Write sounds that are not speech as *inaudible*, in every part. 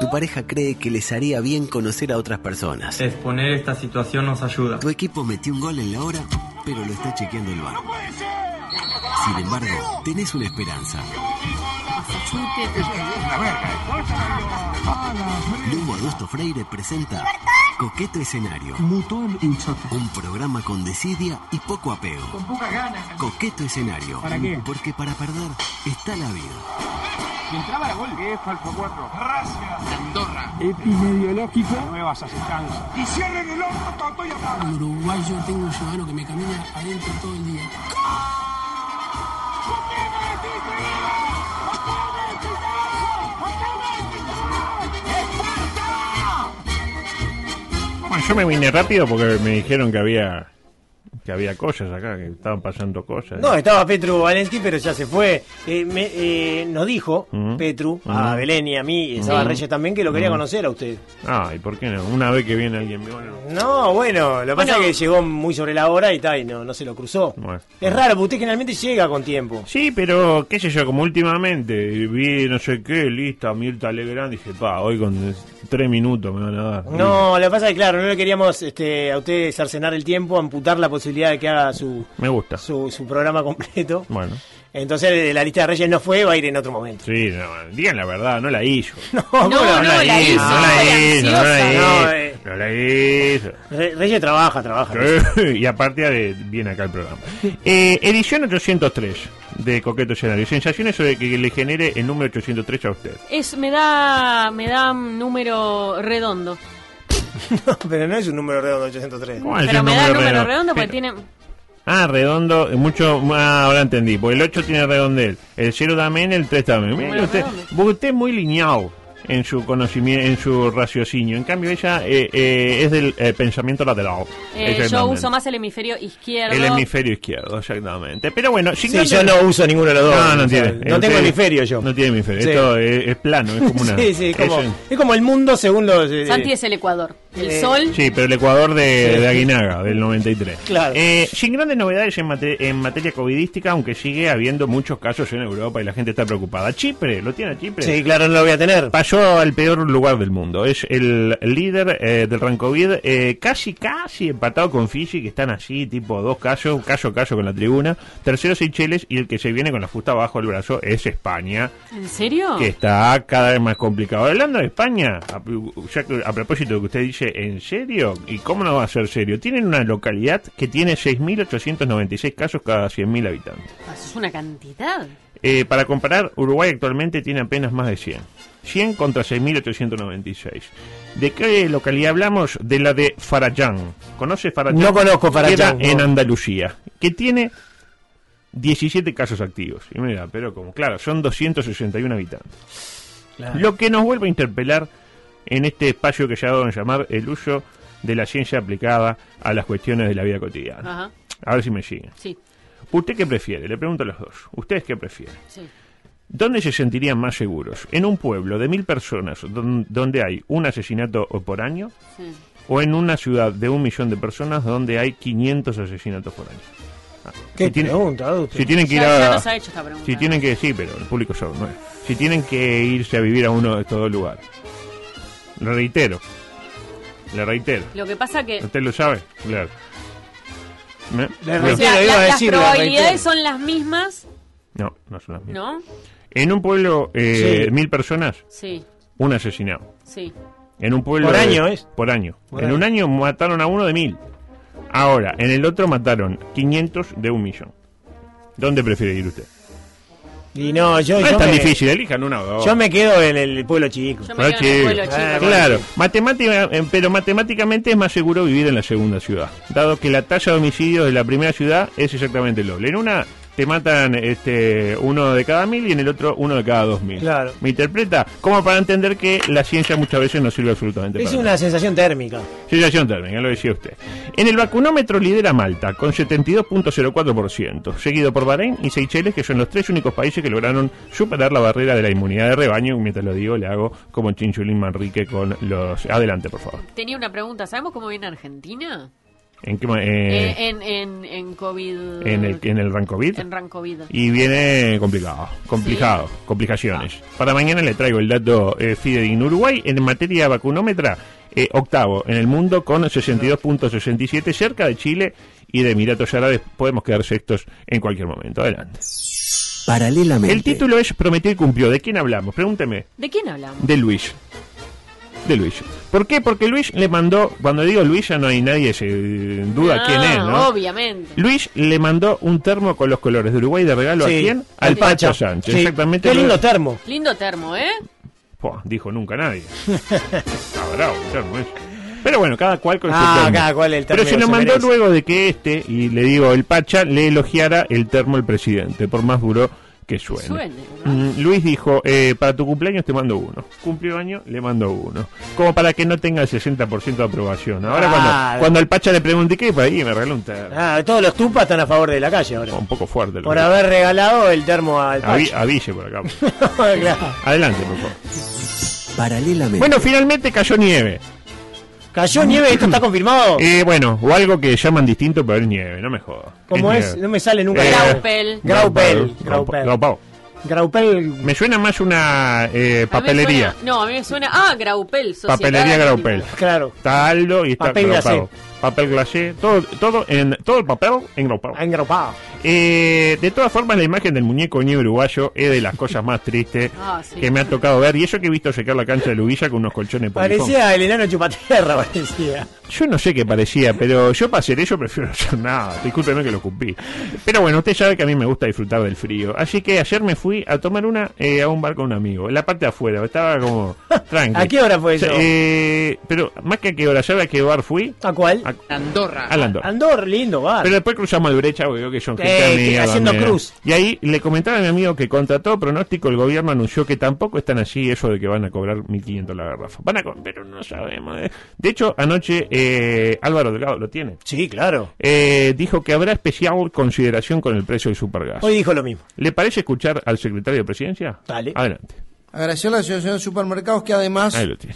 Tu pareja cree que les haría bien conocer a otras personas. Exponer esta situación nos ayuda. Tu equipo metió un gol en la hora, pero lo está chequeando el bar. Sin embargo, tenés una esperanza. Lugo Augusto Freire presenta Coqueto Escenario. Mutó el hinchota. Un programa con desidia y poco apego. Con pocas ganas. Coqueto Escenario. ¿Para qué? Porque para perder está la vida. Y entraba la gol. Es Alfa 4. Gracias. Andorra. Epidemiológico. Nuevas asistencias. Y cierren el orto, Toto y Un uruguayo tengo un ciudadano que me camina adentro todo el día. Bueno, yo me vine rápido porque me dijeron que había que había cosas acá, que estaban pasando cosas. No, estaba Petru Valensky, pero ya se fue. Eh, me- eh, nos dijo Ujú. Petru, a Ujú. Belén y a mí, y Mm. estaba Reyes también, que lo quería conocer a usted. Ah, ¿y por qué no? Una vez que viene alguien, bueno, No, bueno, lo que pasa es que llegó muy sobre la hora y tal, y no, no se lo cruzó. Bueno. Es raro, porque usted generalmente llega con tiempo. Sí, pero qué sé yo, como últimamente vi no sé qué, lista, Mirta Legrand, dije, pa, hoy con tres minutos me van a dar. No, lo que pasa es que, claro, no le queríamos este, a usted cercenar el tiempo, amputar la posibilidad de que haga su, Me gusta. su, su programa completo. Bueno, Entonces eh, la lista de Reyes no fue, va a ir en otro momento. *laughs* sí, no, digan la verdad, no la hizo. No, No, no, no la hizo, la era hizo, no la ansiosa. hizo, No, eh. no la hizo. Re- Reyes trabaja, trabaja. Reyes. y aparte eh, viene acá el programa. Eh, edición 803 de Coqueto Escenario. Sensaciones sobre que le genere el número 803 a usted. Es, me da me da un número redondo. No, *laughs* pero no es un número redondo 803. ¿Cómo es pero el me da el número redondo, porque Pero- tiene... eh, Ah, redondo, mucho. Ah, ahora entendí. Porque el 8 tiene redondel, el 0 también, el 3 también. Mire Número usted, redondo. porque usted es muy lineal en su conocimiento, en su raciocinio. En cambio, ella eh, eh, es del eh, pensamiento lateral. eh, yo Exactamente. uso más el hemisferio izquierdo. el hemisferio izquierdo, exactamente. Pero bueno, Sí, yo no uso ninguno de los dos. No, no O sea, tiene. No Usted- tengo hemisferio yo. No tiene hemisferio. Sí. Esto es, es plano, es *laughs* como una. sí, sí, como, es un- es como el mundo según los... eh, Santi es el Ecuador. El Eh, sol... Sí, pero el Ecuador de, de Aguinaga, del 93. Claro. Eh, sin grandes novedades en, mate- en materia covidística, aunque sigue habiendo muchos casos en Europa y la gente está preocupada. Chipre, ¿lo tiene a Chipre? Sí, claro, no lo voy a tener. Pasó al peor lugar del mundo. Es el líder eh, del Rancovid, eh, casi, casi empatado con Fiji, que están así, tipo dos casos, caso a caso con la tribuna. Tercero Seychelles y el que se viene con la fusta abajo del brazo es España ¿En serio? que está cada vez más complicado. Hablando de España, a, ya que- a propósito de lo que usted dice, ¿en serio? ¿Y cómo no va a ser serio? Tienen una localidad que tiene 6.896 casos cada 100.000 habitantes. Ah, eso es una cantidad. Eh, para comparar, Uruguay actualmente tiene apenas más de 100. 100 contra 6.896. ¿De qué localidad hablamos? De la de Farallán. ¿Conoce Farallán? No conozco Queda Farallán, no. en Andalucía. Que tiene 17 casos activos. Y mira, pero como, claro, son 261 habitantes. Lo que nos vuelve a interpelar en este espacio que ya van a llamar el uso de la ciencia aplicada a las cuestiones de la vida Ah. cotidiana. Ajá, A ver si me siguen. sí, ¿Usted qué prefiere? Le pregunto a los dos. ¿Ustedes qué prefieren? sí. ¿Dónde se sentirían más seguros? ¿En un pueblo de mil personas don- donde hay un asesinato por año? sí. ¿O en una ciudad de un millón de personas donde hay 500 asesinatos por año? Ah, ¿Qué Si tiene- pregunta, adulto? Si tienen que ir Ya- ya a... nos ha hecho esta pregunta. Si tienen que, sí, pero el público son nueve. Si tienen que irse a vivir a uno de estos dos lugares. Le reitero. Le reitero. Lo que pasa que... ¿Usted lo sabe? Claro. ¿Me? Le No, o sea, Lo iba a la- las decir, lo probabilidades reitero. son las mismas, No, no son las mismas. ¿no? En un pueblo, eh, Sí. mil personas, Sí, un asesinado. sí. En un pueblo Por de- año, ¿es? Por año. Por en año. un año mataron a uno de mil. Ahora, en el otro mataron 500 de un millón. ¿Dónde prefiere ir usted? Y no, yo, No yo es tan me, difícil, elijan una o dos. Yo me quedo en el pueblo chico. Yo Ah, me quedo en el chico. pueblo chico. Ah, Claro, matemática, eh, pero matemáticamente es más seguro vivir en la segunda ciudad, dado que la tasa de homicidios de la primera ciudad es exactamente el doble. En una te matan este, uno de cada mil y en el otro uno de cada dos mil. Claro. ¿Me interpreta? Como para entender que la ciencia muchas veces no sirve absolutamente Es para una sensación térmica. Sensación térmica, lo decía usted. En el vacunómetro lidera Malta con 72.04%, seguido por Bahrein y Seychelles, que son los tres únicos países que lograron superar la barrera de la inmunidad de rebaño. Y mientras lo digo, le hago como Chinchulín Manrique con los. Adelante, por favor. Tenía una pregunta. ¿Sabemos cómo viene Argentina? ¿En qué ma- eh, Eh, en, en, en COVID. en el, en el Rancovid? En Rancovid. Y viene complicado, complicado, complicaciones. Para mañana le traigo el dato eh, fidedigno. Uruguay en materia vacunómetra, eh, octavo en el mundo con 62.67, cerca de Chile y de Emiratos Árabes. Podemos quedar sextos en cualquier momento. Adelante. Paralelamente. El título es Prometió y cumplió. ¿De quién hablamos? Pregúnteme. ¿De quién hablamos? De Luis. De Luis. ¿Por qué? Porque Luis le mandó, cuando digo Luis ya no hay nadie, se eh, duda Ah, quién es, ¿no? Obviamente. Luis le mandó un termo con los colores de Uruguay de regalo a Sí. quién? Al Pacho, Sánchez. Sí. Exactamente. Qué lo- lindo termo. Lindo termo, ¿eh? Buah, dijo *laughs* nunca nadie. Está bravo, el termo ese. Pero bueno, cada cual con Ah, su termo. cada cual el termo Pero se lo se mandó merece. luego de que este, y le digo el Pacha, le elogiara el termo al presidente, por más duro que suene. Suene, Mm, Luis dijo, eh, para tu cumpleaños te mando uno. Cumplió año, le mando uno. Como para que no tenga el 60% de aprobación. Ahora Claro. cuando, cuando al Pacha le pregunté qué, para ahí me regaló un termo. Ah, todos los tupas están a favor de la calle ahora. Un poco fuerte. lo Por que- haber regalado el termo al Avi- Pacho. *laughs* avise por acá. Claro. Adelante, por favor. Paralelamente. Bueno, finalmente cayó nieve. Cayó nieve, esto está confirmado. Eh, bueno, o algo que llaman distinto, pero es nieve, no me jodo. ¿Cómo es? nieve. No me sale nunca. Eh, Graupel. Graupel. Graupel. Graupel. Graupel. Graupel. Me suena más una eh, A mí me papelería. suena- no, a mí me suena. Ah, Graupel. Sociedad Papelería Anónima. Graupel. Claro. Está Aldo y está Papel glacé. Graupel. Papel glacé. Todo, todo, en, todo el papel en Graupel. Ah. Engraupado. Eh, de todas formas, la imagen del muñeco nieve uruguayo es de las cosas más *laughs* tristes Ah, sí. que me ha tocado ver. Y eso que he visto secar la cancha de Lubilla con unos colchones polifón. Parecía el enano chupaterra, *laughs* parecía. Yo no sé qué parecía, pero yo para hacer ello prefiero *laughs* no hacer nada. Discúlpeme que lo cumplí. Pero bueno, usted sabe que a mí me gusta disfrutar del frío. Así que ayer me fui a tomar una eh, a un bar con un amigo. En la parte de afuera. Estaba *laughs* como tranqui. ¿A qué hora fue eso? Eh, pero más que a qué hora. ¿Sabe a qué bar fui? ¿A cuál? A- Ah, Andorra. Al Andor. Andor, lindo bar. Ah, Pero después cruzamos el brecha, porque veo que son gente Eh, que- amiga, haciendo amiga. cruz. Y ahí le comentaba a mi amigo que contra todo pronóstico el gobierno anunció que tampoco están así eso de que van a cobrar 1.500 la garrafa. Van a co- pero no sabemos. eh. De hecho, anoche eh, Álvaro Delgado lo tiene. Sí, claro. Eh, dijo que habrá especial consideración con el precio del supergas. Hoy dijo lo mismo. ¿Le parece escuchar al secretario de Presidencia? Dale. Adelante. Agradecer a la Asociación de Supermercados que además Ahí *laughs* lo tiene.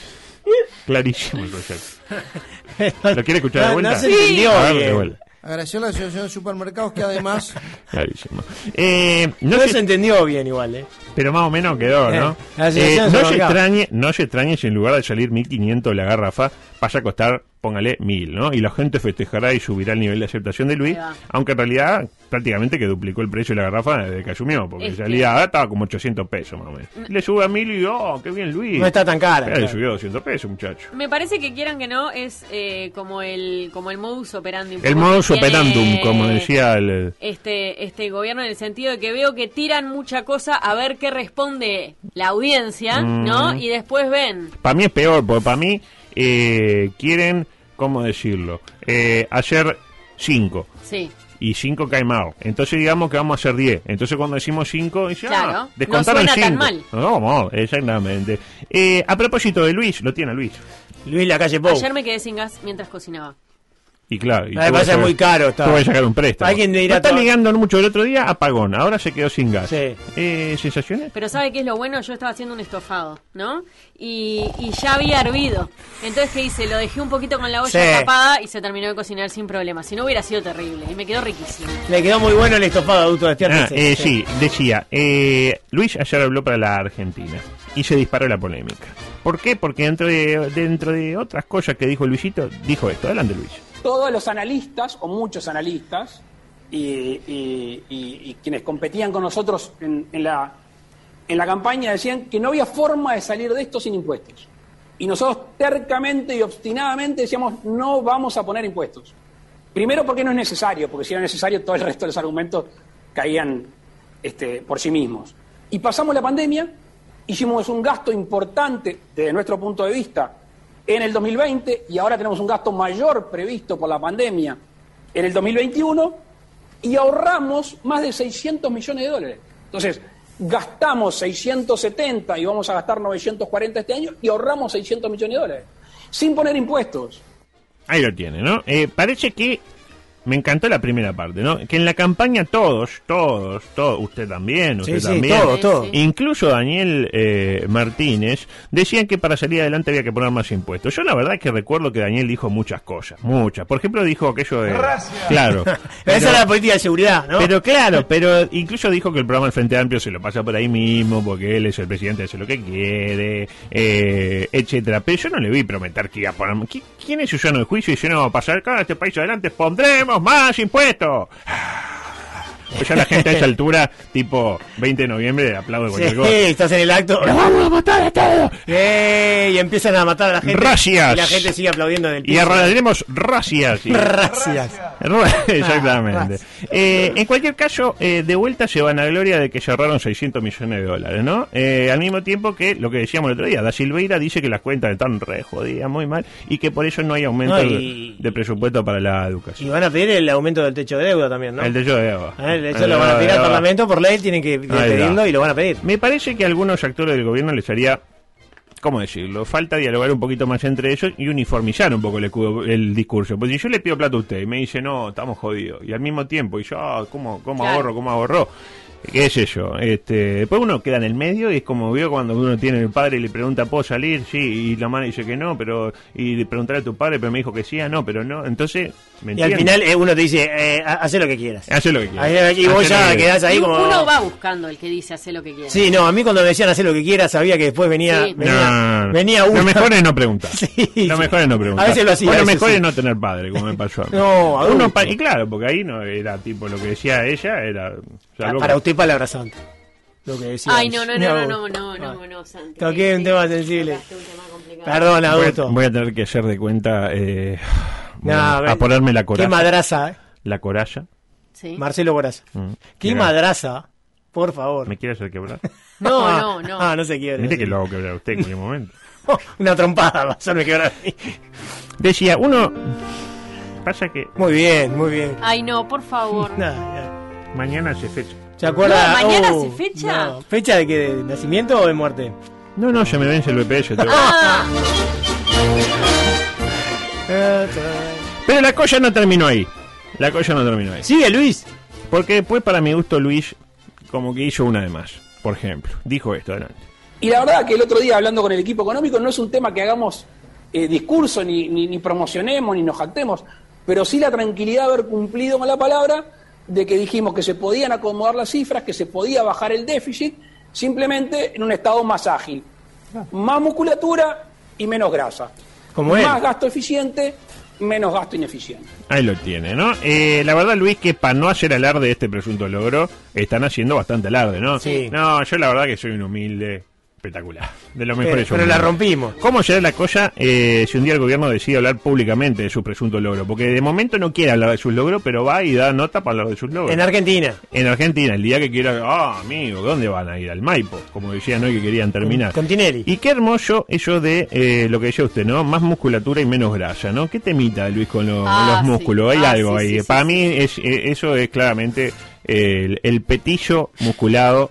Clarísimo el concepto. *laughs* ¿Lo quiere escuchar No, de no vuelta? se entendió A ver, bien. de vuelta. agradecer a la Asociación de Supermercados que además Clarísimo. Eh, no No sé- se entendió bien igual, ¿eh? Pero más o menos quedó, ¿no? Eh, la situación Eh, se no, se bancaba. extrañe, no se extrañe si en lugar de salir 1500 la garrafa, vaya a costar, póngale 1000, ¿no? Y la gente festejará y subirá el nivel de aceptación de Luis, Ahí va. aunque en realidad prácticamente que duplicó el precio de la garrafa desde que asumió, porque en Es que- Mm. realidad estaba como 800 pesos más o menos. Le sube a 1000 y, oh, qué bien Luis. No está tan cara. Pero le claro. subió 200 pesos, muchacho. Me parece que quieran que no, es eh, como el como el modus operandi. un El poco modus que tiene operandum, como decía el... Este, este gobierno en el sentido de que veo que tiran mucha cosa a ver qué responde la audiencia, Mm. ¿no? Y después ven. Para mí es peor, porque para mí eh, quieren, ¿cómo decirlo? Eh, hacer 5. Sí. y 5 cae mal. Entonces digamos que vamos a hacer 10. Entonces cuando decimos 5, dice, Claro, ah, no descontaron suena tan 5. mal. No, no, exactamente. Eh, a propósito de Luis, lo tiene Luis. Luis la calle Pou. Ayer me quedé sin gas mientras cocinaba. Y claro, y Ah, tuvo pasa que- muy caro, está. tuvo que sacar un préstamo. Alguien me dirá No está todo. ligando mucho el otro día, apagón. Ahora se quedó sin gas. Sí. Eh, ¿Sensaciones? Pero ¿sabe qué es lo bueno? Yo estaba haciendo un estofado, ¿no? Y, y ya había hervido. Entonces, ¿qué hice? Lo dejé un poquito con la olla Sí. tapada y se terminó de cocinar sin problema. Si no hubiera sido terrible. Y me quedó riquísimo. Le quedó muy bueno el estofado adulto de Ah, estiércol. eh, sí, decía, eh, Luis ayer habló para la Argentina y se disparó la polémica. ¿Por qué? Porque dentro de, dentro de otras cosas que dijo Luisito, dijo esto. Adelante, Luis. todos los analistas, o muchos analistas, y, y- y- y quienes competían con nosotros en, en la, en la campaña decían que no había forma de salir de esto sin impuestos. Y nosotros tercamente y obstinadamente decíamos, no vamos a poner impuestos. Primero porque no es necesario, porque si era necesario todo el resto de los argumentos caían este, por sí mismos. Y pasamos la pandemia, hicimos un gasto importante desde nuestro punto de vista en el 2020 y ahora tenemos un gasto mayor previsto por la pandemia en el 2021 y ahorramos más de 600 millones de dólares. Entonces, gastamos 670 y vamos a gastar 940 este año y ahorramos 600 millones de dólares, sin poner impuestos. Ahí lo tiene, ¿no? Eh, parece que me encantó la primera parte, ¿no? Que en la campaña todos, todos, todos, usted también, usted Sí, sí, también, todo, todo. incluso Daniel eh, Martínez, decían que para salir adelante había que poner más impuestos. Yo la verdad es que recuerdo que Daniel dijo muchas cosas, muchas. Por ejemplo, dijo aquello de... Claro. Pero *laughs* esa es la política de seguridad, ¿no? Pero claro, pero incluso dijo que el programa del Frente Amplio se lo pasa por ahí mismo, porque él es el presidente, hace lo que quiere, eh, etcétera. Pero yo no le vi prometer que iba a poner. ¿Qui- ¿Quién es Susano de juicio? Y yo no va a pasar, claro, este país adelante, pondremos más impuestos. *sighs* Pues ya la gente a esa altura, tipo 20 de noviembre, aplaude Sí, cualquier *laughs* cosa. estás en el *laughs* acto. ¡Lo vamos a matar a todos! ¡Eh! Y empiezan a matar a la gente. Gracias. Y la gente sigue aplaudiendo en el Y piso. arrancaremos *laughs* racias. y- Gracias. *laughs* Ah, Exactamente. Eh, en cualquier caso, eh, de vuelta se van a gloria de que se ahorraron 600 millones de dólares, ¿no? Eh, al mismo tiempo que lo que decíamos el otro día, Da Silveira dice que las cuentas están re jodidas, muy mal, y que por eso no hay aumento No, y- de- de presupuesto para la Y educación. van a pedir el aumento del techo de deuda también, ¿no? El de yo de Eva. Ah, el- El Eso de lo van a yo pedir de al Eva. Parlamento, por ley tienen que Eh, va. pedirlo y lo van a pedir. Me parece que a algunos actores del gobierno les haría, ¿cómo decirlo? Falta dialogar un poquito más entre ellos y uniformizar un poco el, escudo- el discurso. Pues si yo le pido plata a usted y me dice, no, estamos jodidos, y al mismo tiempo, y yo, ah, ¿cómo, cómo Claro. ahorro? ¿Cómo ahorro? ¿Qué sé yo? Este, después uno queda en el medio y es como vio cuando uno tiene el padre y le pregunta, ¿puedo salir? Sí, y la madre dice que no, pero. Y le preguntaré a tu padre, pero me dijo que sí, ah, no, pero no. Entonces, ¿me Y al entiendes? final eh, uno te dice, eh, ha- hace lo que quieras. Hace lo que quieras. Ahí- Y vos Hace ya lo que quieras. quedás ahí Y como... Uno va buscando el que dice hace lo que quiera. Sí, no, a mí cuando me decían hacer lo que quiera, sabía que después venía. Sí. Venía, No, no, no. venía uno. Lo *laughs* mejor es no preguntar. Sí, lo sí. mejor es no preguntar. A veces lo hacía, O a lo veces mejor sí. es no tener padre, como me pasó a mí. *laughs* No, adulto. Uno pa- y claro, porque ahí no era tipo lo que decía ella, era. salvo Ah, para que- usted, palabra santa. Lo que decía. Ay, no, no, no, no, vos. no, no, no, no, Santi. Toqué un Sí, tema sí, sensible. tocaste un tema complicado. Perdón, voy, adulto. a, voy a tener que hacer de cuenta. Eh, bueno, No, a ven. ponerme la Qué coraza. madraza, eh. La coraza. Sí. Marcelo Coraza. Mm. Qué Mirá, madraza, por favor. ¿Me quiere hacer *laughs* quebrar? No, Ah, no, no. Ah, no se quiere. Mire que lo hago quebrar a usted en cualquier momento. *laughs* Una trompada *laughs* va a hacerme quebrar a mí. Decía, uno. Pasa que Muy bien, muy bien. Ay, no, Ah, por *laughs* favor. Nah, mañana se fecha. nah. ¿Se acuerda? Uh, No, mañana se fecha. no. ¿Fecha de qué? ¿De nacimiento o de muerte? No, no, se me vence el BPS. tengo- *laughs* Ah, Ah, ta- Pero la cosa no terminó ahí. La cosa no terminó ahí. Sigue, Luis. Porque después, para mi gusto, Luis, como que hizo una de más. Por ejemplo, dijo esto adelante. Y la verdad que el otro día hablando con el equipo económico no es un tema que hagamos eh, discurso, ni, ni, ni promocionemos, ni nos jactemos, pero sí la tranquilidad de haber cumplido con la palabra de que dijimos que se podían acomodar las cifras, que se podía bajar el déficit, simplemente en un estado más ágil. Más musculatura y menos grasa. Como él. más gasto eficiente, menos gasto ineficiente. Ahí lo tiene, ¿no? Eh, la verdad, Luis, que para no hacer alarde de este presunto logro, están haciendo bastante alarde, ¿no? Sí. No, yo la verdad que soy un humilde espectacular. De lo mejor Pero- pero la rompimos. ¿Cómo será la cosa eh, si un día el gobierno decide hablar públicamente de su presunto logro? Porque de momento no quiere hablar de sus logros, pero va y da nota para hablar de sus logros. En Argentina. En Argentina, el día que quiera, ah, amigo, ¿dónde van a ir? Al Maipo, como decían hoy que querían terminar. Con- con Tinelli. Y qué hermoso eso de eh, lo que decía usted, ¿no? Más musculatura y menos grasa, ¿no? ¿Qué temita, Luis, con lo- Ah, los sí. músculos? Hay Ah, algo sí, ahí. sí, sí, Para sí. mí, es, eh, eso es claramente eh, el, el petillo *laughs* musculado.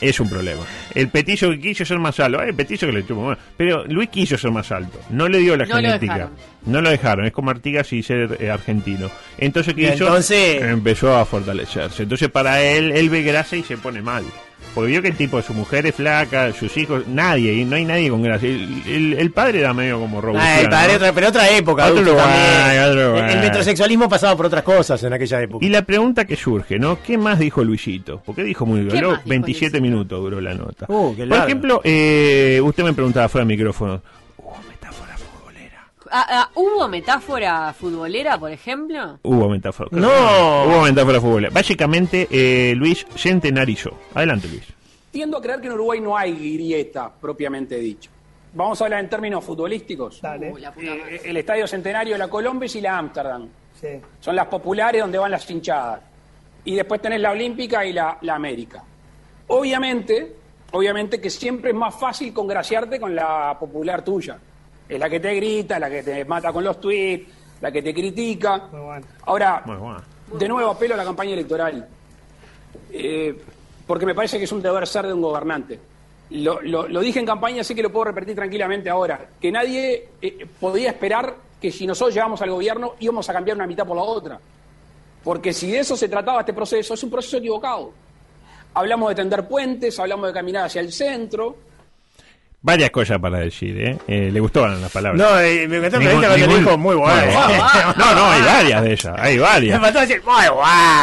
Es un problema. El petillo que quiso ser más alto. Ay, el petillo que le chupa. bueno. Pero Luis quiso ser más alto. No le dio la No lo genética. dejaron. no lo dejaron. Es como Artigas y ser eh, argentino. Entonces, ¿qué Y hizo? Eh, entonces- empezó a fortalecerse. Entonces para él, él ve grasa y se pone mal. Porque vio que el tipo, su mujer es flaca, sus hijos, nadie, y no hay nadie con grasa. El, el- el padre era medio como robusto. Ah, el padre, otra- pero otra época. Otro adulto, lugar, también. otro El- el, lugar. metrosexualismo pasaba por otras cosas en aquella época. Y la pregunta que surge, ¿no? ¿Qué más dijo Luisito? Porque dijo muy ¿Qué duró más dijo 27 Luisito? minutos duró la nota. Uh, qué Por largo. ejemplo, eh, usted me preguntaba fuera de micrófono, ¿hubo metáfora futbolera? ah, ah, ¿Hubo metáfora futbolera, por ejemplo? Hubo metáfora. No. Hubo metáfora futbolera. Básicamente, eh, Luis centenarizó. Adelante, Luis. Tiendo a creer que en Uruguay no hay grieta, propiamente dicho. Vamos a hablar en términos futbolísticos. Uh, la puta madre. Eh, el Estadio Centenario de la Colombes y la Ámsterdam. Sí. Son las populares donde van las hinchadas. Y después tenés la Olímpica y la, la América. Obviamente, obviamente que siempre es más fácil congraciarte con la popular tuya. Es la que te grita, la que te mata con los tweets, la que te critica. Ahora, Muy bueno. de nuevo apelo a la campaña electoral, eh, porque me parece que es un deber ser de un gobernante. Lo, lo- lo dije en campaña, sé que lo puedo repetir tranquilamente ahora, que nadie eh, podía esperar que si nosotros llegamos al gobierno íbamos a cambiar una mitad por la otra. Porque si de eso se trataba este proceso, es un proceso equivocado. Hablamos de tender puentes, hablamos de caminar hacia el centro, Varias cosas para decir, ¿eh? Eh, le gustaban las palabras. No, eh, me encantó Ningún- entrevista cuando le ningún- dijo muy bueno. *laughs* *laughs* no, no, hay varias de ellas, hay Me varias. faltó decir muy bueno.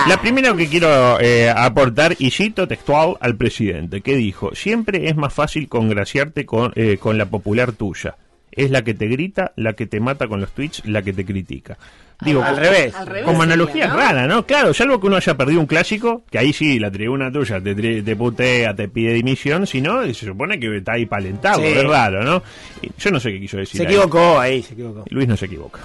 La primera que quiero eh, aportar, y cito textual al presidente, que dijo, siempre es más fácil congraciarte con, eh, con la popular tuya. Es la que te grita, la que te mata con los tweets, la que te critica. Digo, Al revés. Al revés como sería, analogía ¿no? rara, ¿no? Claro, salvo que uno haya perdido un clásico, que ahí sí, la tribuna tuya te, tri- te putea, te pide dimisión, si no, se supone que está ahí palentado, Sí. es raro, ¿no? Y Yo no sé qué quiso decir. Se ahí. equivocó ahí, se equivocó. Luis no *laughs* se equivoca.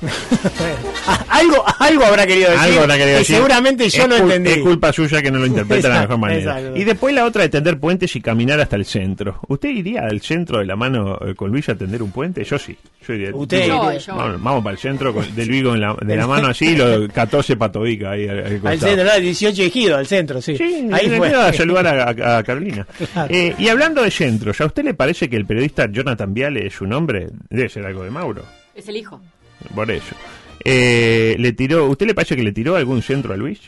Ah, algo, algo habrá querido decir. Algo habrá querido que decir. Seguramente yo Es no cul- entendí. Es culpa suya que no lo interpreta de la mejor Exacto, manera. exacto. Y después la otra de tender puentes y caminar hasta el centro. ¿Usted iría al centro de la mano eh, con Luis a tender un puente? Yo sí. Yo iría. Usted Digo, iría. Yo, yo. Vamos, vamos para el centro *laughs* con- de Luis con la, de la mano así, los 14 patovica ahí al, al Al costado. centro, no, 18 ejido, al centro, sí. Sí, ahí le fue. quiero saludar a, a- a Carolina. *laughs* Claro. Eh, y hablando de centros, ¿a usted le parece que el periodista Jonathan Viale es un hombre? Debe ser algo de Mauro, Es el hijo. por eso. Eh, le tiró, ¿Usted le parece que le tiró algún centro a Luis?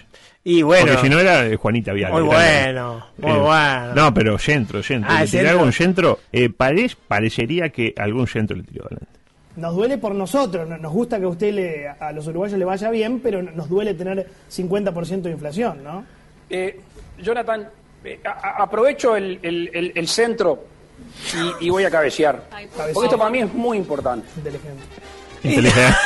Y bueno, Porque si no era eh, Juanita Viale. Muy era la- Eh, bueno, muy bueno. No, pero centro, centro. Ah, le tiró centro. algún centro. eh, parec- parecería que algún centro le tiró adelante. Nos duele por nosotros, no- nos gusta que a usted le, a los uruguayos le vaya bien, pero nos duele tener 50% de inflación, ¿no? Eh, Jonathan, eh, a- a- aprovecho el, el- el- el centro y, y voy a cabecear. Ay, por Porque esto para mí es muy importante. Inteligente. *laughs* Inteligente.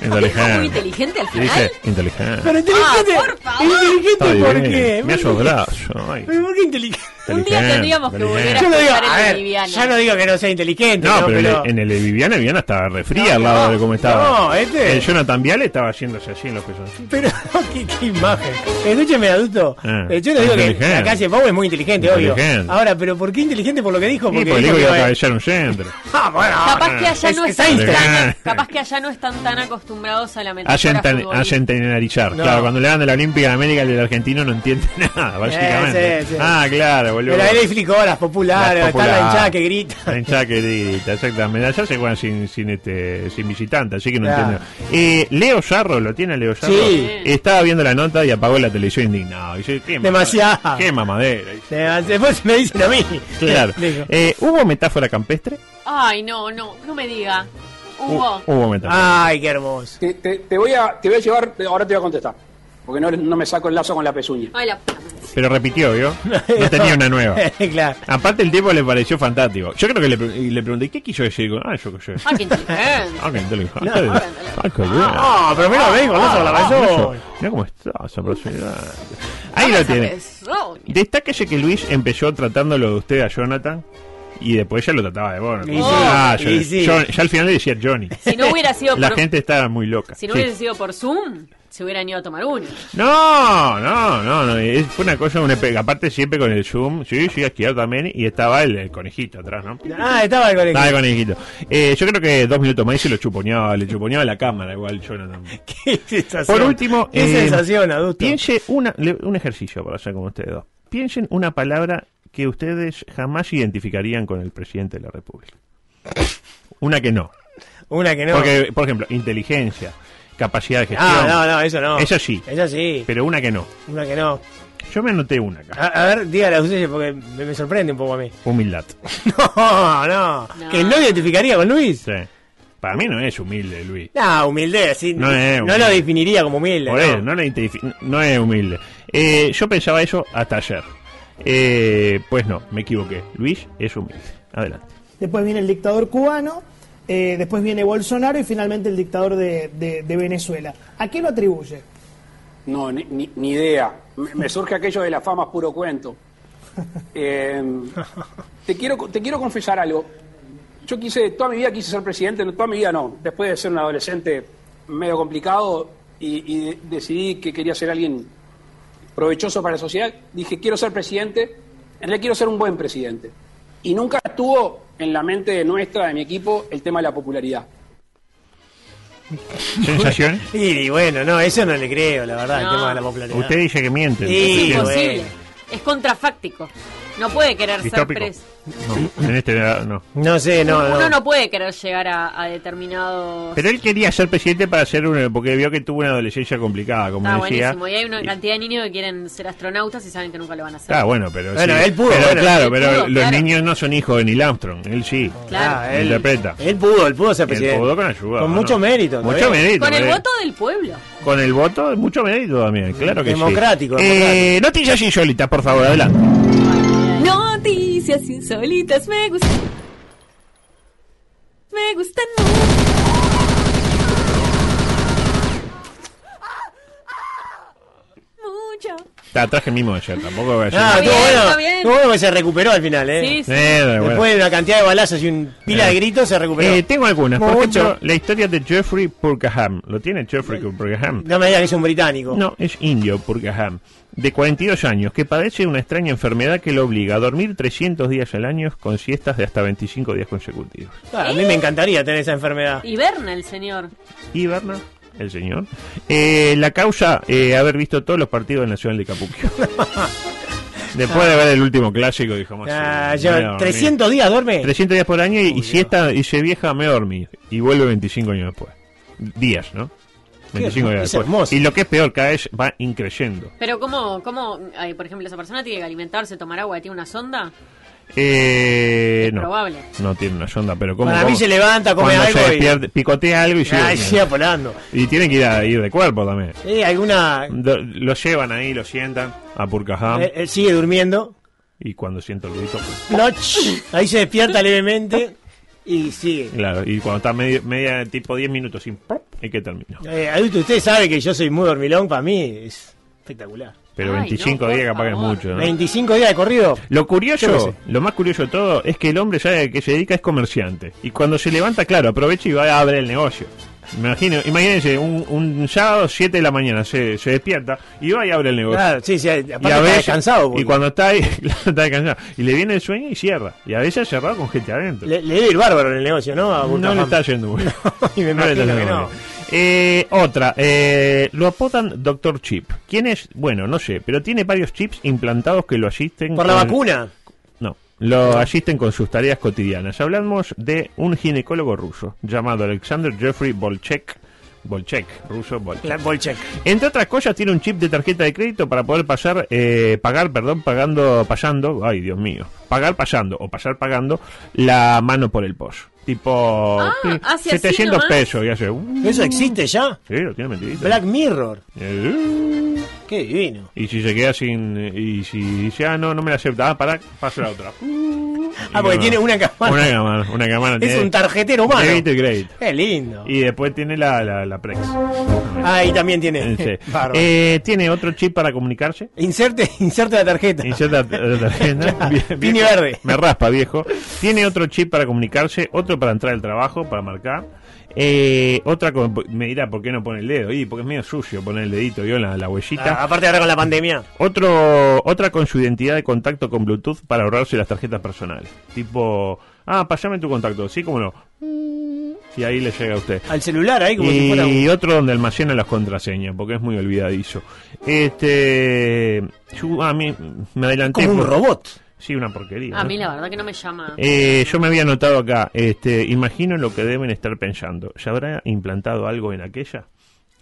¿Es muy inteligente. inteligente al Le final? dice, inteligente. pero inteligente, Ah, por favor. inteligente, Está ¿por bien, qué? Me ha sobrado. Ay, Pero ¿Por qué inteligente? Un día inteligente, tendríamos que volver inteligente. Yo no digo, pensar en a la ver, liviana. ya no digo que no sea inteligente, No, ¿no? pero, pero, en el de Viviana, Viviana estaba refría al No, lado no, de cómo estaba. no, este- El Jonathan Viale estaba haciéndose así en los pezones. pero, *laughs* ¿qué, qué imagen. Escúcheme, adulto. Ah, eh, yo no digo que inteligente. la calle Pau es muy inteligente, Inteligente. obvio. Ahora, pero ¿por qué inteligente por lo que dijo? Y Porque por el dijo hijo que iba a iba a- cabellar un centro. Ah, bueno, Capaz que allá es- no es están tan, Einstein. capaz que allá no están tan acostumbrados a la A metáfora centen- a futbolística. centenarizar. No. Eh, Claro, cuando le dan de la Olímpica de América, el del argentino no entiende *laughs* nada, básicamente. sí, sí. Ah, claro, boludo. Pero él *laughs* explicó las populares, Las está la populares. hinchada que grita. *laughs* La hinchada que grita, exactamente. Allá se juegan sin, sin, este, sin visitante, así que no Claro. entiendo. Eh, Leo Sarro, ¿lo tiene Leo Sarro? Sí. Estaba viendo la nota y apagó la televisión indignado. Dice, qué mamadera, Demasiado. Qué mamadera. Dice, Eh, Después me dicen a mí. *laughs* Claro. Digo, Eh, ¿Hubo metáfora campestre? Ay, no, no, no me diga. Hugo, Hubo metáfora. Ay, qué hermoso. Te, te- te voy a, te voy a llevar, ahora te voy a contestar, porque no, no me saco el lazo con la pezuña. ay la puta madre. Ah. Pero repitió, ¿vio? No tenía *laughs* una nueva. claro. Aparte el tipo le pareció fantástico. Yo creo que le, pre- y le pregunté, ¿qué quiso decir? con- Ah, yo qué sé. Ay, qué inteligente. Ah, qué inteligente. No. Ah, qué bien. No, pero mira, ve con eso la oh. Eso, besó. Mira cómo está *laughs* esa personalidad. Ahí lo Esa tiene. persona. Destáquese que Luis empezó tratándolo de usted a Jonathan y después ya lo trataba de Bono. Y sí, Ah, y yo- sí. yo- ya al final le decía *laughs* Johnny. Si no hubiera sido La por, gente está muy loca. si no Sí. hubiera sido por Zoom, se hubieran ido a tomar uno. No, no, no, no, es- fue una cosa, una espe- aparte siempre con el zoom, sí, sí, esquiar también, y estaba el, el conejito atrás, ¿no? Ah, estaba el Estaba el colegio. conejito. Eh, yo creo que dos minutos más y se lo chuponeaba, le chuponeaba la cámara igual Jonathan. *laughs* Qué sensación. Por último, qué eh, sensación, adulto. Piense una, le- un ejercicio para hacer con ustedes dos. Piensen una palabra que ustedes jamás identificarían con el presidente de la República. Una que no. Una que no. Porque, por ejemplo, inteligencia, capacidad de gestión. Ah, no, no, eso no. Eso sí. Eso sí. Pero una que no. Una que no. Yo me anoté una acá. A, a ver, dígale a ustedes porque me, me sorprende un poco a *laughs* mí. Humildad. No, no. No. Que no identificaría con Luis. Sí. Para mí no es humilde, Luis. No, humildad, sí. No es humilde. lo definiría como humilde. Por no. eso, no, la identifi- no es humilde. Eh, yo pensaba eso hasta ayer. Eh, pues no, me equivoqué. Luis es humilde. Adelante. Después viene el dictador cubano, eh, después viene Bolsonaro y finalmente el dictador de, de- de Venezuela. ¿A qué lo atribuye? No, ni, ni- ni idea. Me, me surge aquello de la fama es puro cuento. Eh, te, quiero, te quiero confesar algo. Yo quise, toda mi vida quise ser presidente, no, toda mi vida no. Después de ser un adolescente medio complicado y, y decidí que quería ser alguien provechoso para la sociedad, dije, quiero ser presidente, en realidad quiero ser un buen presidente. Y nunca estuvo en la mente nuestra, de mi equipo, el tema de la popularidad. ¿Sensación? Y, y bueno, no, eso no le creo, la verdad, No. el tema de la popularidad. Usted dice que miente. Sí, es Entonces, bueno. imposible. Es contrafáctico. No puede querer Distópico. ser pres. no, en este no. no. No sé, no, no. Ah, Uno no puede querer llegar a, a determinados. Pero él quería ser presidente para ser uno, porque vio que tuvo una adolescencia complicada, como Está decía. buenísimo. Y hay una cantidad de niños que quieren ser astronautas y saben que nunca lo van a hacer. Está bueno, pero Bueno, sí. él pudo, Pero, bueno, claro, él pero pudo, los claro. niños no son hijos de Neil Armstrong, él sí. Claro. Ah, él, Interpreta. él pudo, él pudo ser Él presidente. pudo con ayuda. Con ¿no? mucho mérito. Mucho todavía. mérito. Con el eh. voto del pueblo. Con el voto, mucho mérito también, claro que Democrático, sí. Eh, noticias insólitas, por favor, adelante. Noticias insólitas me gustan. Me gustan mucho. Mucho. Está, traje mismo ayer, tampoco voy a Ah, hacer- bien, estuvo bueno. está bien. Estuvo bueno que se recuperó al final, ¿eh? Sí, sí. Eh, bueno. Después de una cantidad de balazos y un pila de gritos, se recuperó. Eh, tengo algunas. Por Mucho. ejemplo, la historia de Jeffrey Purkaham. ¿Lo tiene Jeffrey Purkaham? No me digas que es un británico. No, es indio Purkaham, de 42 años, que padece una extraña enfermedad que lo obliga a dormir 300 días al año con siestas de hasta 25 días consecutivos. Ah, a mí me encantaría tener esa enfermedad. Hiberna el señor. ¿Y Berna? El señor. Eh, la causa, eh, haber visto todos los partidos del Nacional de Capuquio. *laughs* Después de ver el último clásico, dijo más. Ah, eh, yo- me voy a dormir. 300 días duerme. 300 días por año y, y siesta y se vieja me dormí y vuelve 25 años después. Días, ¿no? 25 días es después. hermoso. Y lo que es peor, cada vez va increyendo. Pero ¿cómo, cómo ay, por ejemplo, esa persona tiene que alimentarse, tomar agua, tiene una sonda? Eh, Es no. probable. No tiene una sonda, pero como Para mí se levanta, come algo y- picotea algo y sigue Ay, durmiendo. sigue volando. Y tiene que ir, a, ir de cuerpo también. Ah, Eh, alguna. Do- lo llevan ahí, lo sientan a Purcajam eh, él sigue durmiendo. y cuando siento el grito, Noch. Ahí se despierta levemente y sigue. claro, y cuando está medio, media tipo 10 minutos sin pop, y que terminó. Eh, adulto, usted sabe que yo soy muy dormilón, para mí es espectacular. Pero Ay, 25 no, por días capaz que es favor. mucho, ¿no? 25 días de corrido. Lo Yo qué curioso, sé. lo más curioso de todo es que el hombre ya que se dedica es comerciante. Y cuando se levanta, claro, aprovecha y va a abrir el negocio. Imagino, imagínense, un, un sábado 7 de la mañana se, se despierta y va y abre el negocio. Claro, sí, sí, aparte y a está veces, descansado. y porque cuando está ahí, *laughs* claro, está descansado. Y le viene el sueño y cierra. Y a veces ha cerrado con gente adentro. le, le debe ir bárbaro en el negocio, ¿no? A no Burkham. le está yendo *laughs* muy bien. y me No le está imagino que yendo muy no. bien. Eh, otra, eh, lo apodan Doctor Chip. ¿Quién es? Bueno, no sé, pero tiene varios chips implantados que lo asisten. Por la con- vacuna. no, lo asisten con sus tareas cotidianas. Hablamos de un ginecólogo ruso llamado Alexander Jeffrey Bolchek. Bolchek, ruso Bolchek. La Bolchek. Entre otras cosas, tiene un chip de tarjeta de crédito para poder pasar, eh, pagar, perdón, pagando, pasando, ay Dios mío, pagar pasando o pasar pagando la mano por el pos. Tipo Ah, sí, hace así 700 nomás. pesos y hace. uh, ¿Eso existe ya? sí, lo tiene metidito. Black Mirror. Eh, uh, Qué divino. y si se queda sin. Y si dice, ah, no, no me la acepta, ah, pará, paso la otra. Ah, porque tiene una cámara. Una cámara, una cámara. Es tiene un tarjetero humano. Crédito y crédito. Qué lindo. Y después tiene la, la, la Prex. Ah, y también tiene. *laughs* Sí. Bárbaro. Eh, tiene otro chip para comunicarse. inserte, *laughs* inserte la tarjeta. Inserta *laughs* la tarjeta. Bien, Pini viejo. verde. Me raspa, viejo. Tiene otro chip para comunicarse, otro para entrar al trabajo, para marcar. Eh, otra con- me dirá por qué no pone el dedo. Y porque es medio sucio poner el dedito yo en la, la huellita. Ah, aparte ahora con la pandemia. Otro, otra con su identidad de contacto con Bluetooth para ahorrarse las tarjetas personales. Tipo, ah, pasame tu contacto, sí, como no. Y ahí le llega a usted. Al celular ahí como si fuera Y un... otro donde almacena las contraseñas, porque es muy olvidadizo. Este, yo- a mí me adelanté. como un por- robot. *laughs* Sí, una porquería. A ¿no? mí la verdad que no me llama. Eh, yo me había anotado acá, este, imagino lo que deben estar pensando. ¿Se habrá implantado algo en aquella?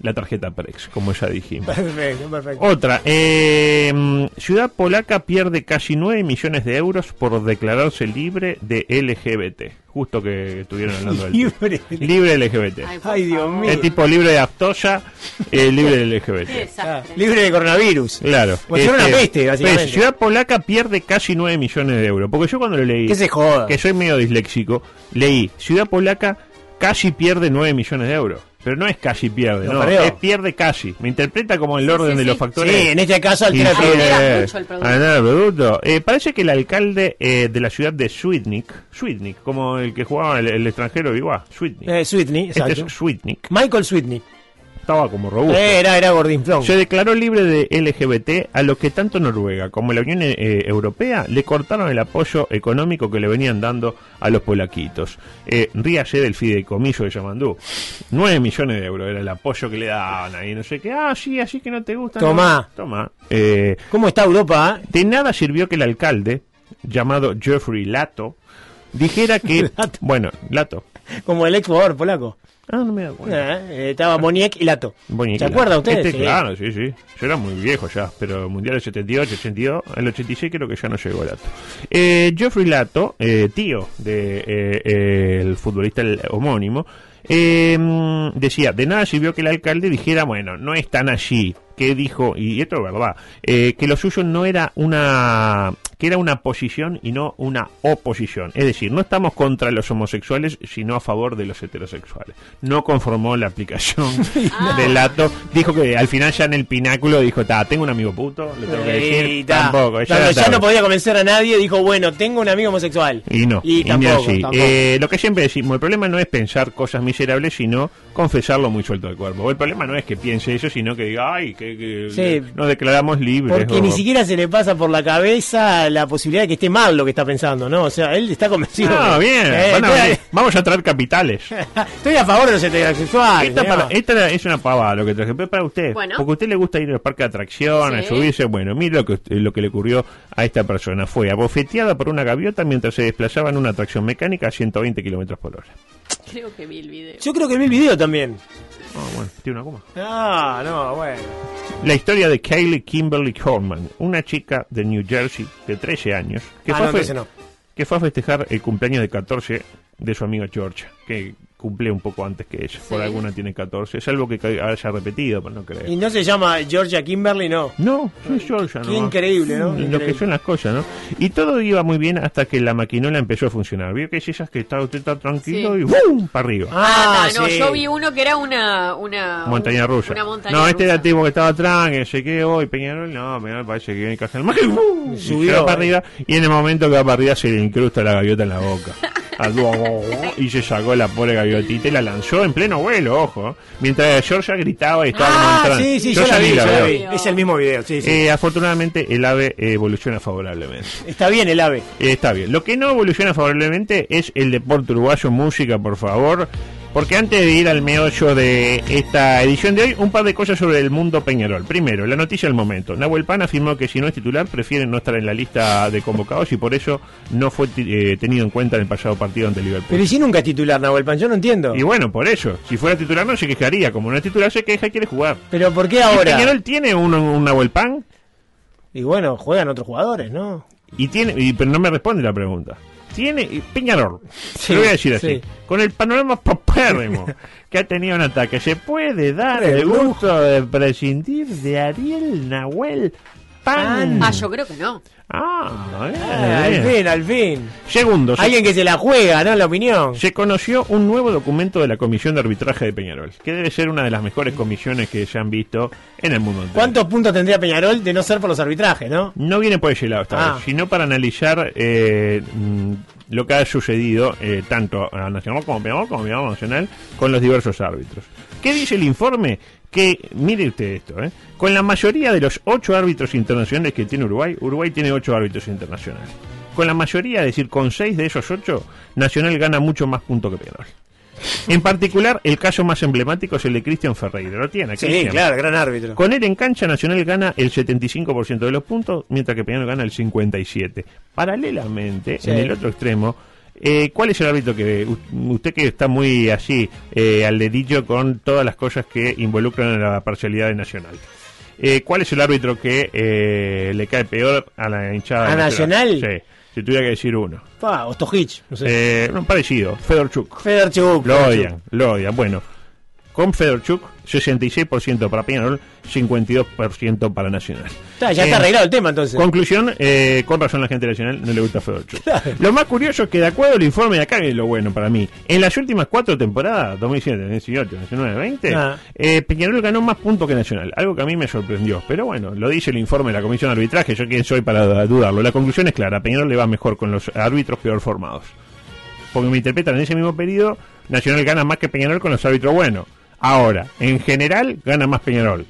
La tarjeta Prex, como ya dijimos. Perfecto, perfecto. Otra, eh, mm, ciudad polaca pierde casi 9 millones de euros por declararse libre de LGBT. Justo que estuvieron hablando del Libre. libre LGBT. por Ay, Dios favor. mío. Es tipo libre de aftosa, eh, libre de Qué LGBT. Ah, desastre. libre de coronavirus. Claro. Pues era una Este, peste, básicamente. pues, ciudad polaca pierde casi 9 millones de euros. Porque yo cuando lo leí, Que se joda. que soy medio disléxico, leí, ciudad polaca casi pierde 9 millones de euros. Pero no es casi pierde, Lo no, perdió. es pierde casi. Me interpreta como el orden sí, de sí. los factores. Sí, en este caso altera el sí. producto. Incluye- mucho el producto. altera el producto. Eh, parece que el alcalde eh, de la ciudad de Swidnik, Swidnik, como el que jugaba el, el extranjero de Iguá, Swidnik. Eh, Sweetney, este exacto. es Swidnik. Michael Sweetney. estaba como robusto. Eh, era, era gordinflón. Se declaró libre de LGBT, a lo que tanto Noruega como la Unión eh, Europea le cortaron el apoyo económico que le venían dando a los polaquitos. Eh, ríase del fideicomiso de Yamandú. 9 millones de euros era el apoyo que le daban ahí, no sé qué. Ah, sí, así que no te gusta. no. Tomá. Tomá. Eh, ¿Cómo está Europa? eh? de nada sirvió que el alcalde, llamado Jeffrey Lato, dijera que... *laughs* Lato. Bueno, Lato. eh? Como el ex jugador polaco. Ah, no me da cuenta. Eh, estaba Moniek y Lato. Bonique, ¿Se claro. acuerda usted? Este, Sí. Claro, sí, sí. Yo era muy viejo ya, pero el Mundial del 78, 82, el 86 creo que ya no llegó Lato. Eh, Geoffrey Lato, eh, tío del de, eh, eh, el futbolista el homónimo, eh, mm, decía, de nada sirvió que el alcalde dijera, bueno, no están allí, que dijo, y esto es verdad, eh, que lo suyo no era una que era una posición y no una oposición. Es decir, no estamos contra los homosexuales, sino a favor de los heterosexuales. No conformó la *laughs* aplicación del dato. Dijo que al final ya en el pináculo dijo, ta, tengo un amigo puto, le tengo que decir. Y ta. tampoco. ya Cuando era ya no tarde. podía convencer a nadie, dijo, bueno, tengo un amigo homosexual. Y no. Y y ni tampoco, así. tampoco. Eh, lo que siempre decimos, el problema no es pensar cosas miserables, sino confesarlo muy suelto del cuerpo. O El problema no es que piense eso, sino que diga, ay, que, que Sí. nos declaramos libres. Porque o- ni siquiera se le pasa por la cabeza la posibilidad de que esté mal lo que está pensando, ¿no? O sea, él está convencido. No, que- Ah, bien. Eh, van a estoy, venir. Vamos a *laughs* traer capitales. estoy a favor de los heterosexuales. Esta, ¿no? para- eh. esta es una pavada lo que traje, pero para usted, Bueno. porque a usted le gusta ir al parque de atracciones, Sí. subirse, bueno, mire lo que, usted- lo que le ocurrió a esta persona, fue abofeteada por una gaviota mientras se desplazaba en una atracción mecánica a 120 kilómetros por hora. Creo que vi el video. Yo creo que vi el video también. Ah, bueno, tiene una coma. Ah, no, bueno. La historia de Kaylee Kimberly Horman, una chica de New Jersey de 13 años, que, Ah, fue, a no, fe- entonces no. que fue a festejar el cumpleaños de 14 de su amiga Georgia, que cumple un poco antes que ella, por Sí. alguna tiene 14, salvo que ca- haya repetido, pero no creo. Y no se llama Georgia Kimberly, no. No, no es Georgia, Qué nomás. increíble, ¿no? Lo Increíble. que son las cosas, ¿no? Y todo iba muy bien hasta que la maquinola empezó a funcionar. Vio que es esas que está usted está tranquilo Sí. y ¡bum! para arriba. Ah, Ah, ta, no, sí. yo vi uno que era una. una montaña un- rusa. Una montaña no, este rusa. era tipo que estaba atrás, que se quedó hoy Peñarol, no, Peñarol parece que viene Caja del ¡bum! Y Subió, se va para eh. arriba y en el momento que va para arriba se le incrusta la gaviota en *laughs* la boca. Al dúo, oh, y se sacó la pobre gaviotita y la lanzó en pleno vuelo, ojo. ¿eh? Mientras Georgia gritaba y estaba Ah, montando. sí, sí, yo, Georgia la vi, yo ni la veo. vi. Es el mismo video, sí, sí. Eh, afortunadamente el ave evoluciona favorablemente. Está bien el ave. Eh, Está bien. Lo que no evoluciona favorablemente es el deporte uruguayo, música, por favor. Porque antes de ir al meollo de esta edición de hoy, un par de cosas sobre el mundo Peñarol. Primero, la noticia del momento. Nahuel Pan afirmó que si no es titular, prefiere no estar en la lista de convocados y por eso no fue ti- eh, tenido en cuenta en el pasado partido ante Liverpool. Pero y si nunca es titular, Nahuel Pan, yo no entiendo. Y bueno, por eso. Si fuera titular no se quejaría. Como no es titular, se queja y quiere jugar. Pero ¿por qué *laughs* ¿Y ahora? Peñarol tiene un, un Nahuel Pan? Y bueno, juegan otros jugadores, ¿no? Y tiene, y- pero no me responde la pregunta. Tiene y Peñarol, Sí, lo voy a decir así, sí. con el panorama popérrimo que ha tenido un ataque, ¿se puede dar El el gusto de prescindir de Ariel Nahuel Pan? Ah, yo creo que no. Ah, bien, Ah, al bien. fin, al fin. Segundo, se- Alguien que se la juega, ¿no? La opinión. se conoció un nuevo documento de la Comisión de Arbitraje de Peñarol, que debe ser una de las mejores comisiones que se han visto en el mundo entero. ¿Cuántos puntos tendría Peñarol de no ser por los arbitrajes, no? No viene por ese lado esta Ah. vez, sino para analizar eh, mm, lo que ha sucedido eh, tanto a Nacional como a Peñarol, como a Peñarol Nacional con los diversos árbitros. ¿Qué dice el informe? Que, mire usted esto, eh, con la mayoría de los ocho árbitros internacionales que tiene Uruguay, Uruguay tiene ocho árbitros internacionales. Con la mayoría, es decir, con seis de esos ocho, Nacional gana mucho más puntos que Peñarol. En particular, el caso más emblemático es el de Cristian Ferreira. ¿Lo tiene? Cristian? gran árbitro. Con él en cancha Nacional gana el 75% de los puntos, mientras que Peñarol gana el 57%. Paralelamente, Sí. en el otro extremo, eh, ¿cuál es el árbitro que ve? U- usted que está muy así eh, al dedillo con todas las cosas que involucran a la parcialidad de Nacional? Eh, ¿Cuál es el árbitro que eh, le cae peor a la hinchada? ¿A de Nacional? Sí, si tuviera que decir uno. Pa, Ostojic, no sé. Eh, un parecido, Fedorchuk. Federchuk. Lo Federchuk. odian, lo odian. Bueno, con Fedorchuk, 66% para Peñarol, 52% para Nacional. Está, ya está Eh, arreglado el tema entonces. Conclusión, eh, con razón la gente nacional no le gusta Fedorchuk. Lo más curioso es que de acuerdo al informe de acá, que es lo bueno para mí, en las últimas cuatro temporadas, 2007, 2018, 2019, 20, Ah. eh, Peñarol ganó más puntos que Nacional, algo que a mí me sorprendió. Pero bueno, lo dice el informe de la Comisión de Arbitraje, yo quién soy para dudarlo. La conclusión es clara, a Peñarol le va mejor con los árbitros peor formados porque me interpretan en ese mismo periodo, Nacional gana más que Peñarol con los árbitros buenos. Ahora, en general, gana más Peñarol.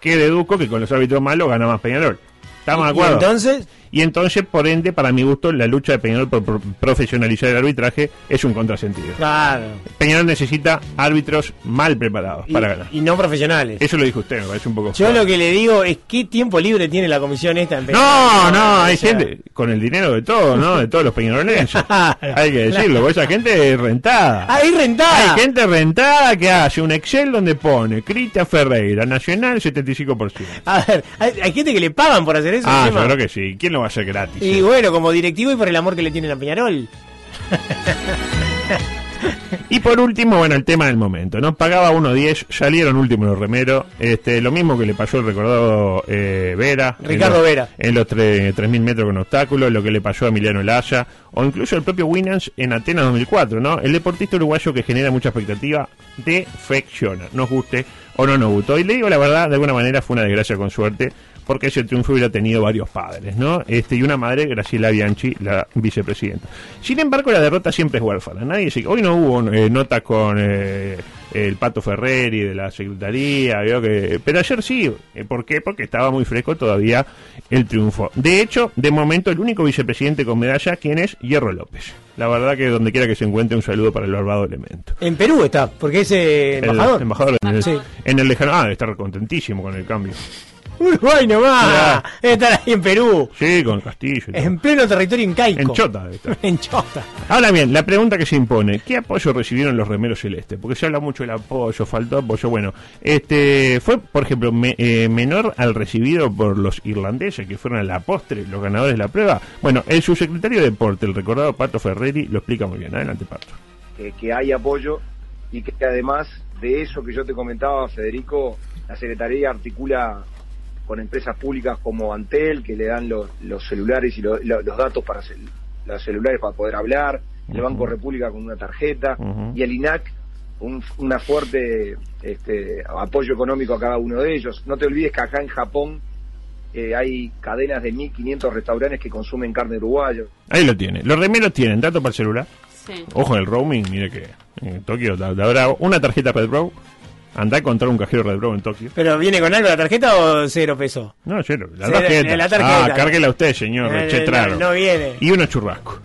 Que deduzco que con los árbitros malos gana más Peñarol. ¿Estamos de ¿Y acuerdo? entonces? Y entonces, por ende, para mi gusto, la lucha de Peñarol por pro- profesionalizar el arbitraje es un contrasentido. Claro. Peñarol necesita árbitros mal preparados Y, para ganar. y no profesionales. Eso lo dijo usted, me parece un poco. Yo fuerte. lo que le digo es qué tiempo libre tiene la comisión esta en No, Peñarol? no, hay o sea, gente con el dinero de todos, ¿no? De todos los peñarolenses. *laughs* hay que decirlo, porque esa gente es rentada. Ah, es rentada. Hay gente rentada que hace un Excel donde pone Cristian Ferreira, Nacional 75%. A ver, hay, hay gente que le pagan por hacer eso. Ah, encima. yo creo que sí. ¿Quién lo va a hacer gratis? Y bueno, como directivo y por el amor que le tienen a Peñarol. Y por último, bueno, el tema del momento, ¿no? Pagaba 1.10, salieron último los remeros, este, lo mismo que le pasó el recordado eh, Vera. Ricardo en los- Vera. En los tre- 3.000 metros con obstáculos, lo que le pasó a Emiliano Laya, o incluso el propio Winans en Atenas 2004, ¿no? El deportista uruguayo que genera mucha expectativa, defecciona, nos guste o no nos gustó. Y le digo la verdad, de alguna manera fue una desgracia con suerte, porque ese triunfo hubiera tenido varios padres, ¿no? Este, y una madre, Graciela Bianchi, la vicepresidenta. Sin embargo, la derrota siempre es huérfana. Nadie se... Hoy no hubo eh, nota con eh, el Pato Ferreri de la Secretaría, veo que... pero ayer sí. Eh, ¿Por qué? Porque estaba muy fresco todavía el triunfo. De hecho, de momento, el único vicepresidente con medalla, quien es Hierro López. La verdad que donde quiera que se encuentre, un saludo para el barbado elemento En Perú está, porque es eh, el embajador. en, el, Sí. en el lejano. Ah, debe estar contentísimo con el cambio. Uruguay nomás. Mirá. Debe estar ahí en Perú. Sí, con Castillo. y todo. En pleno territorio incaico. En Chota debe estar. *laughs* En Chota. Ahora bien, la pregunta que se impone: ¿qué apoyo recibieron los remeros celestes? Porque se habla mucho del apoyo, faltó apoyo. Bueno, este fue, por ejemplo, me- eh, menor al recibido por los irlandeses que fueron a la postre los ganadores de la prueba. Bueno, el subsecretario de deporte, el recordado Pato Ferreri, lo explica muy bien. Adelante, Pato. que, que hay apoyo y que además de eso que yo te comentaba, Federico, la Secretaría articula con empresas públicas como Antel, que le dan los, los celulares y lo- lo- los datos para cel- los celulares para poder hablar, el Banco República con una tarjeta Ujú. y el INAC un, una fuerte este, apoyo económico a cada uno de ellos. No te olvides que acá en Japón eh, hay cadenas de 1.500 restaurantes que consumen carne uruguaya. Ahí lo tiene. Los remeros tienen datos para el celular. Sí. Ojo en el roaming, mire que en Tokio da, da bravo. Una tarjeta Red Row. Andá a encontrar un cajero Red Row en Tokio. ¿Pero viene con algo la tarjeta o cero peso? No, cero, la, Sí, tarjeta. la- la tarjeta. Ah, cárguela usted, señor. Eh, che, no, traro. no viene. Y unos churrascos.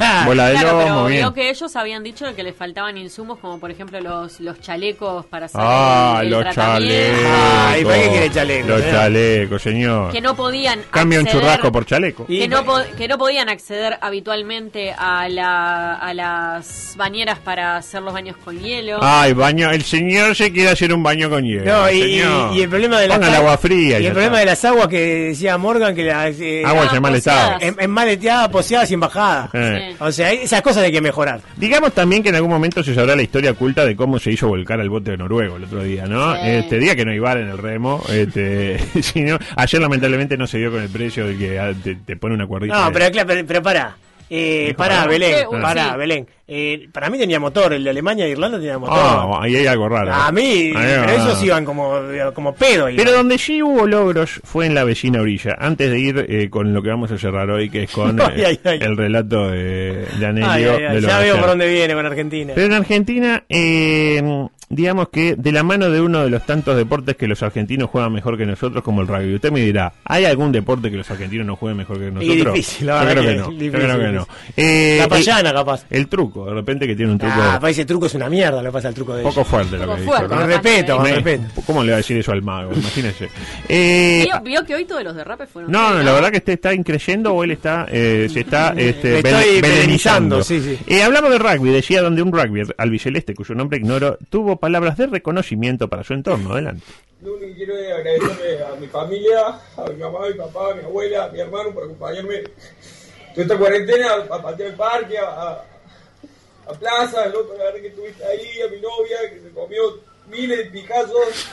Ah, Bola de Claro, lomo, pero bien. vio que ellos habían dicho que les faltaban insumos como por ejemplo los, los chalecos para hacer Ah, el, el los tratamiento, chalecos. Ay, ¿para qué quiere chaleco, Los señor? chalecos, señor. que no podían Cambia un acceder- churrasco por chaleco. Y- que no, po- que no podían acceder habitualmente a, la, a las bañeras para hacer los baños con hielo. Ay, baño. El señor se quiere hacer un baño con hielo. No, y, señor. y- y el problema de las Ponga el agua fría. y ya el problema de está. las aguas que decía Morgan que las eh, Agua en Ah, mal estado. poseadas. en, en maleteadas, poseadas y embajadas. Eh. Sí. O sea, esas cosas hay que mejorar. Digamos también que en algún momento se sabrá la historia oculta de cómo se hizo volcar al bote de Noruego el otro día, ¿no? Sí. Este día que no iba en el remo, este, *laughs* sino, ayer lamentablemente no se dio con el precio del que ah, te, te pone una cuerdita. No, de- pero, claro, pero, pero pará. Eh, Dijo, pará, ah, Belén. sí, pará, sí. Belén. Eh, para mí tenía motor. El de Alemania e Irlanda tenía motor. Ah, ahí hay algo raro. a mí, Ahí pero va. ellos iban como, como pedo. iban. Pero donde sí hubo logros fue en la vecina orilla. Antes de ir eh, con lo que vamos a cerrar hoy, que es con *laughs* Ay, eh, ay, ay. el relato de, de Anelio. Ay, ay, ay, de lo ya de veo ayer. por dónde viene con Argentina. Pero en Argentina, eh, digamos que de la mano de uno de los tantos deportes que los argentinos juegan mejor que nosotros, como el rugby. Usted me dirá, ¿hay algún deporte que los argentinos no jueguen mejor que nosotros? difícil, la Yo verdad creo que que no. difícil, yo creo que no. Eh, la eh, payana, capaz. El truco, de repente que tiene un truco Ah, pa, ese truco es una mierda. Lo que pasa el truco de ellos. poco fuerte lo Poco que fuerte, dijo, ¿no? Con respeto, con Me- respeto. ¿Cómo le va a decir eso al mago? Imagínese. Eh, Vio, vio que hoy todos los derrapes fueron. no, no, la verdad que este está increyendo o él está, eh, se está *laughs* este, Me bel- estoy belenizando. belenizando, sí, sí. Eh, hablamos de rugby, decía donde un rugby albiceleste, cuyo nombre ignoro, tuvo palabras de reconocimiento para su entorno. Adelante. Lo único que quiero es agradecerle a mi familia, a mi mamá, a mi papá, a mi abuela, a mi hermano por acompañarme toda esta cuarentena, a patear el parque, a, a, a plaza, loco, la verdad que estuviste ahí, a mi novia que se comió miles de picazos.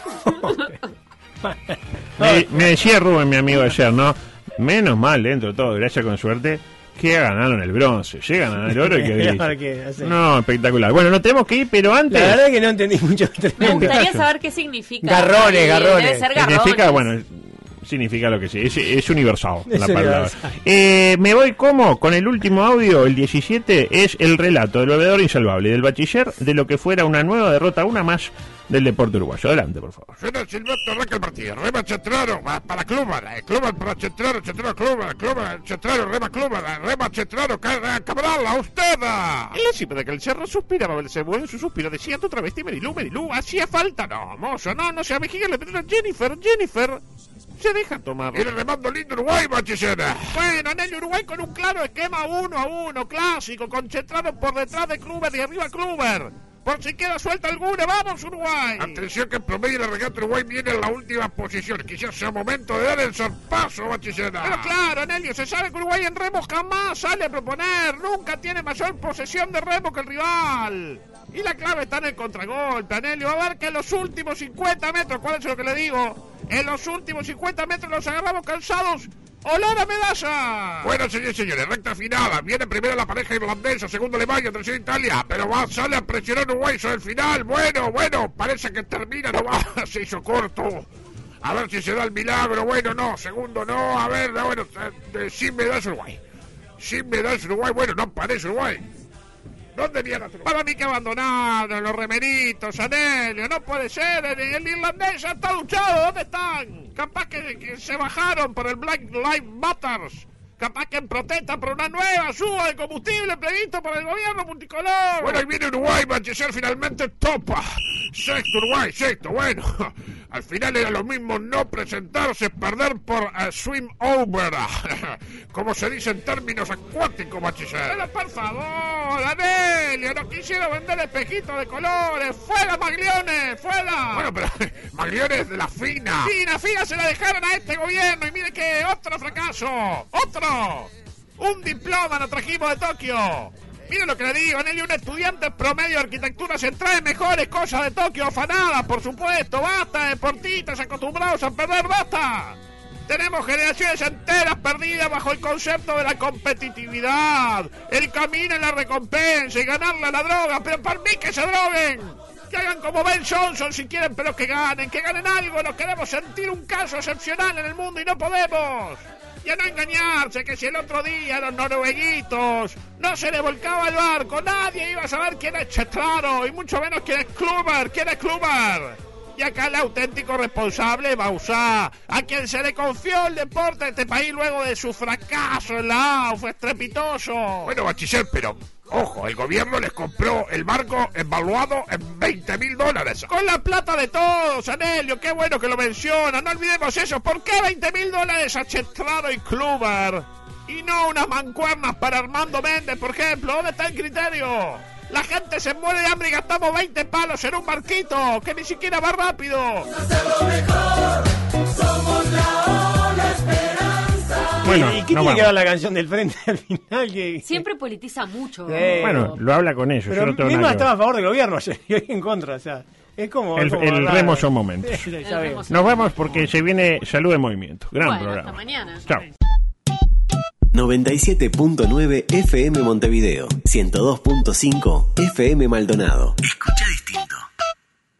eh. Me, me decía Rubén, mi amigo ayer, ¿no? Menos mal, dentro de todo, gracias con suerte, que ganaron el bronce. Llegan a ganar el *laughs* oro y que Claro que sí. No, espectacular. Bueno, no tenemos que ir, pero La antes... verdad que no entendí mucho. Me Tremendo. gustaría saber qué significa. Garrones, Sí, garrones. Debe ser garrones. Significa, bueno, Significa lo que sí, es, es universal *laughs* Es la palabra. universal. Eh, Me voy como con el último audio, el 17, es el relato del bebedor insalvable del bachiller de lo que fuera una nueva derrota, una más del deporte uruguayo. Adelante, por favor. Suena el silbato, arranca el partido. Rema Chetraro, va para Cluba, eh, Cluba para Chetraro, Chetraro, Cluba, Cluba, Chetraro, Rema Cluba, eh, Rema Chetraro, Ca- eh, Cabral, a usted. En la cima de aquel cerro suspiraba el en su suspiro, decía tu travesti, Merilú, Merilú, hacía falta. No, mozo, no, no sea vejiga, le piden a Jennifer, Jennifer. Se deja tomar. Viene remando lindo Uruguay, bachillera. Bueno, en el Uruguay con un claro esquema uno a uno, clásico, concentrado por detrás de Kluber y arriba Kluber. Por si queda suelta alguna, vamos Uruguay. Atención que en promedio la regata Uruguay viene en la última posición. Quizás sea momento de dar el sorpaso, Pero bachillera. claro, Nelio, se sabe que Uruguay en remos jamás sale a proponer, nunca tiene mayor posesión de remo que el rival. Y la clave está en el contragolpe, Nelio. A ver que en los últimos 50 metros, ¿cuál es lo que le digo? En los últimos 50 metros los agarramos cansados. ¡Olor a medalla! Bueno, señores, señores, recta final. Viene primero la pareja irlandesa, segundo Alemania, tercero Italia. Pero va, sale a presionar Uruguay sobre el final. Bueno, bueno, parece que termina nomás. *laughs* Se hizo corto. A ver si se da el milagro. Bueno, no, segundo no. A ver, no, bueno, eh, eh, sin medallas Uruguay. Sin medallas Uruguay, bueno, no parece Uruguay. ¿Dónde viene Para mí que abandonaron los remeritos, Anelio. No puede ser. El, el irlandés ya está duchado. ¿Dónde están? Capaz que, que se bajaron por el Black Lives Matters. Capaz que en protesta por una nueva suba de combustible previsto por el gobierno multicolor. Bueno, ahí viene Uruguay, Manchester finalmente topa. Sexto Uruguay, sexto, bueno. Al final era lo mismo no presentarse, perder por eh, swim over. *laughs* Como se dice en términos acuáticos, Manchester. Pero por favor, Anelio, no quisiera vender espejitos de colores. ¡Fuera, Magliones! ¡Fuera! Bueno, pero *laughs* Magliones de la fina. Fina, fina se la dejaron a este gobierno y mire que otro fracaso, otro. Un diploma nos trajimos de Tokio. Mire lo que le digo, Nelly, un estudiante promedio de arquitectura se trae mejores cosas de Tokio, afanadas, por supuesto. Basta, deportistas acostumbrados a perder, basta. Tenemos generaciones enteras perdidas bajo el concepto de la competitividad, el camino a la recompensa y ganarle a la droga, pero para mí que se droguen. Que hagan como Ben Johnson si quieren, pero que ganen, que ganen algo. Nos queremos sentir un caso excepcional en el mundo y no podemos. Y a no engañarse que si el otro día los norueguitos no se le volcaba el barco, nadie iba a saber quién es Chetraro y mucho menos quién es Kluber, quién es Kluber. Y acá el auténtico responsable es Bausá, a quien se le confió el deporte de este país luego de su fracaso en la AU, fue estrepitoso. Bueno, bachiller, pero ojo, el gobierno les compró el barco evaluado en 20 mil dólares. Con la plata de todos, Anelio, qué bueno que lo menciona. No olvidemos eso. ¿Por qué 20 mil dólares a Chetraro y Kluber? Y no unas mancuernas para Armando Méndez, por ejemplo. ¿Dónde está el criterio? La gente se muere de hambre y gastamos 20 palos en un barquito que ni siquiera va rápido. Bueno, ¿Y qué nos tiene vamos. que ver la canción del frente al final? Que... Siempre politiza mucho. Eh, Bueno, lo habla con ellos. yo Pero no tengo Lima nada que ver. estaba a favor del gobierno ayer *laughs* y hoy en contra, o sea, es como... El- es como el raro. remo son momentos. *laughs* Sí, ya El remo veo. Nos vamos porque se viene Salud en Movimiento. Gran Bueno, programa. hasta mañana. Chao. 97.9 FM Montevideo, 102.5 FM Maldonado.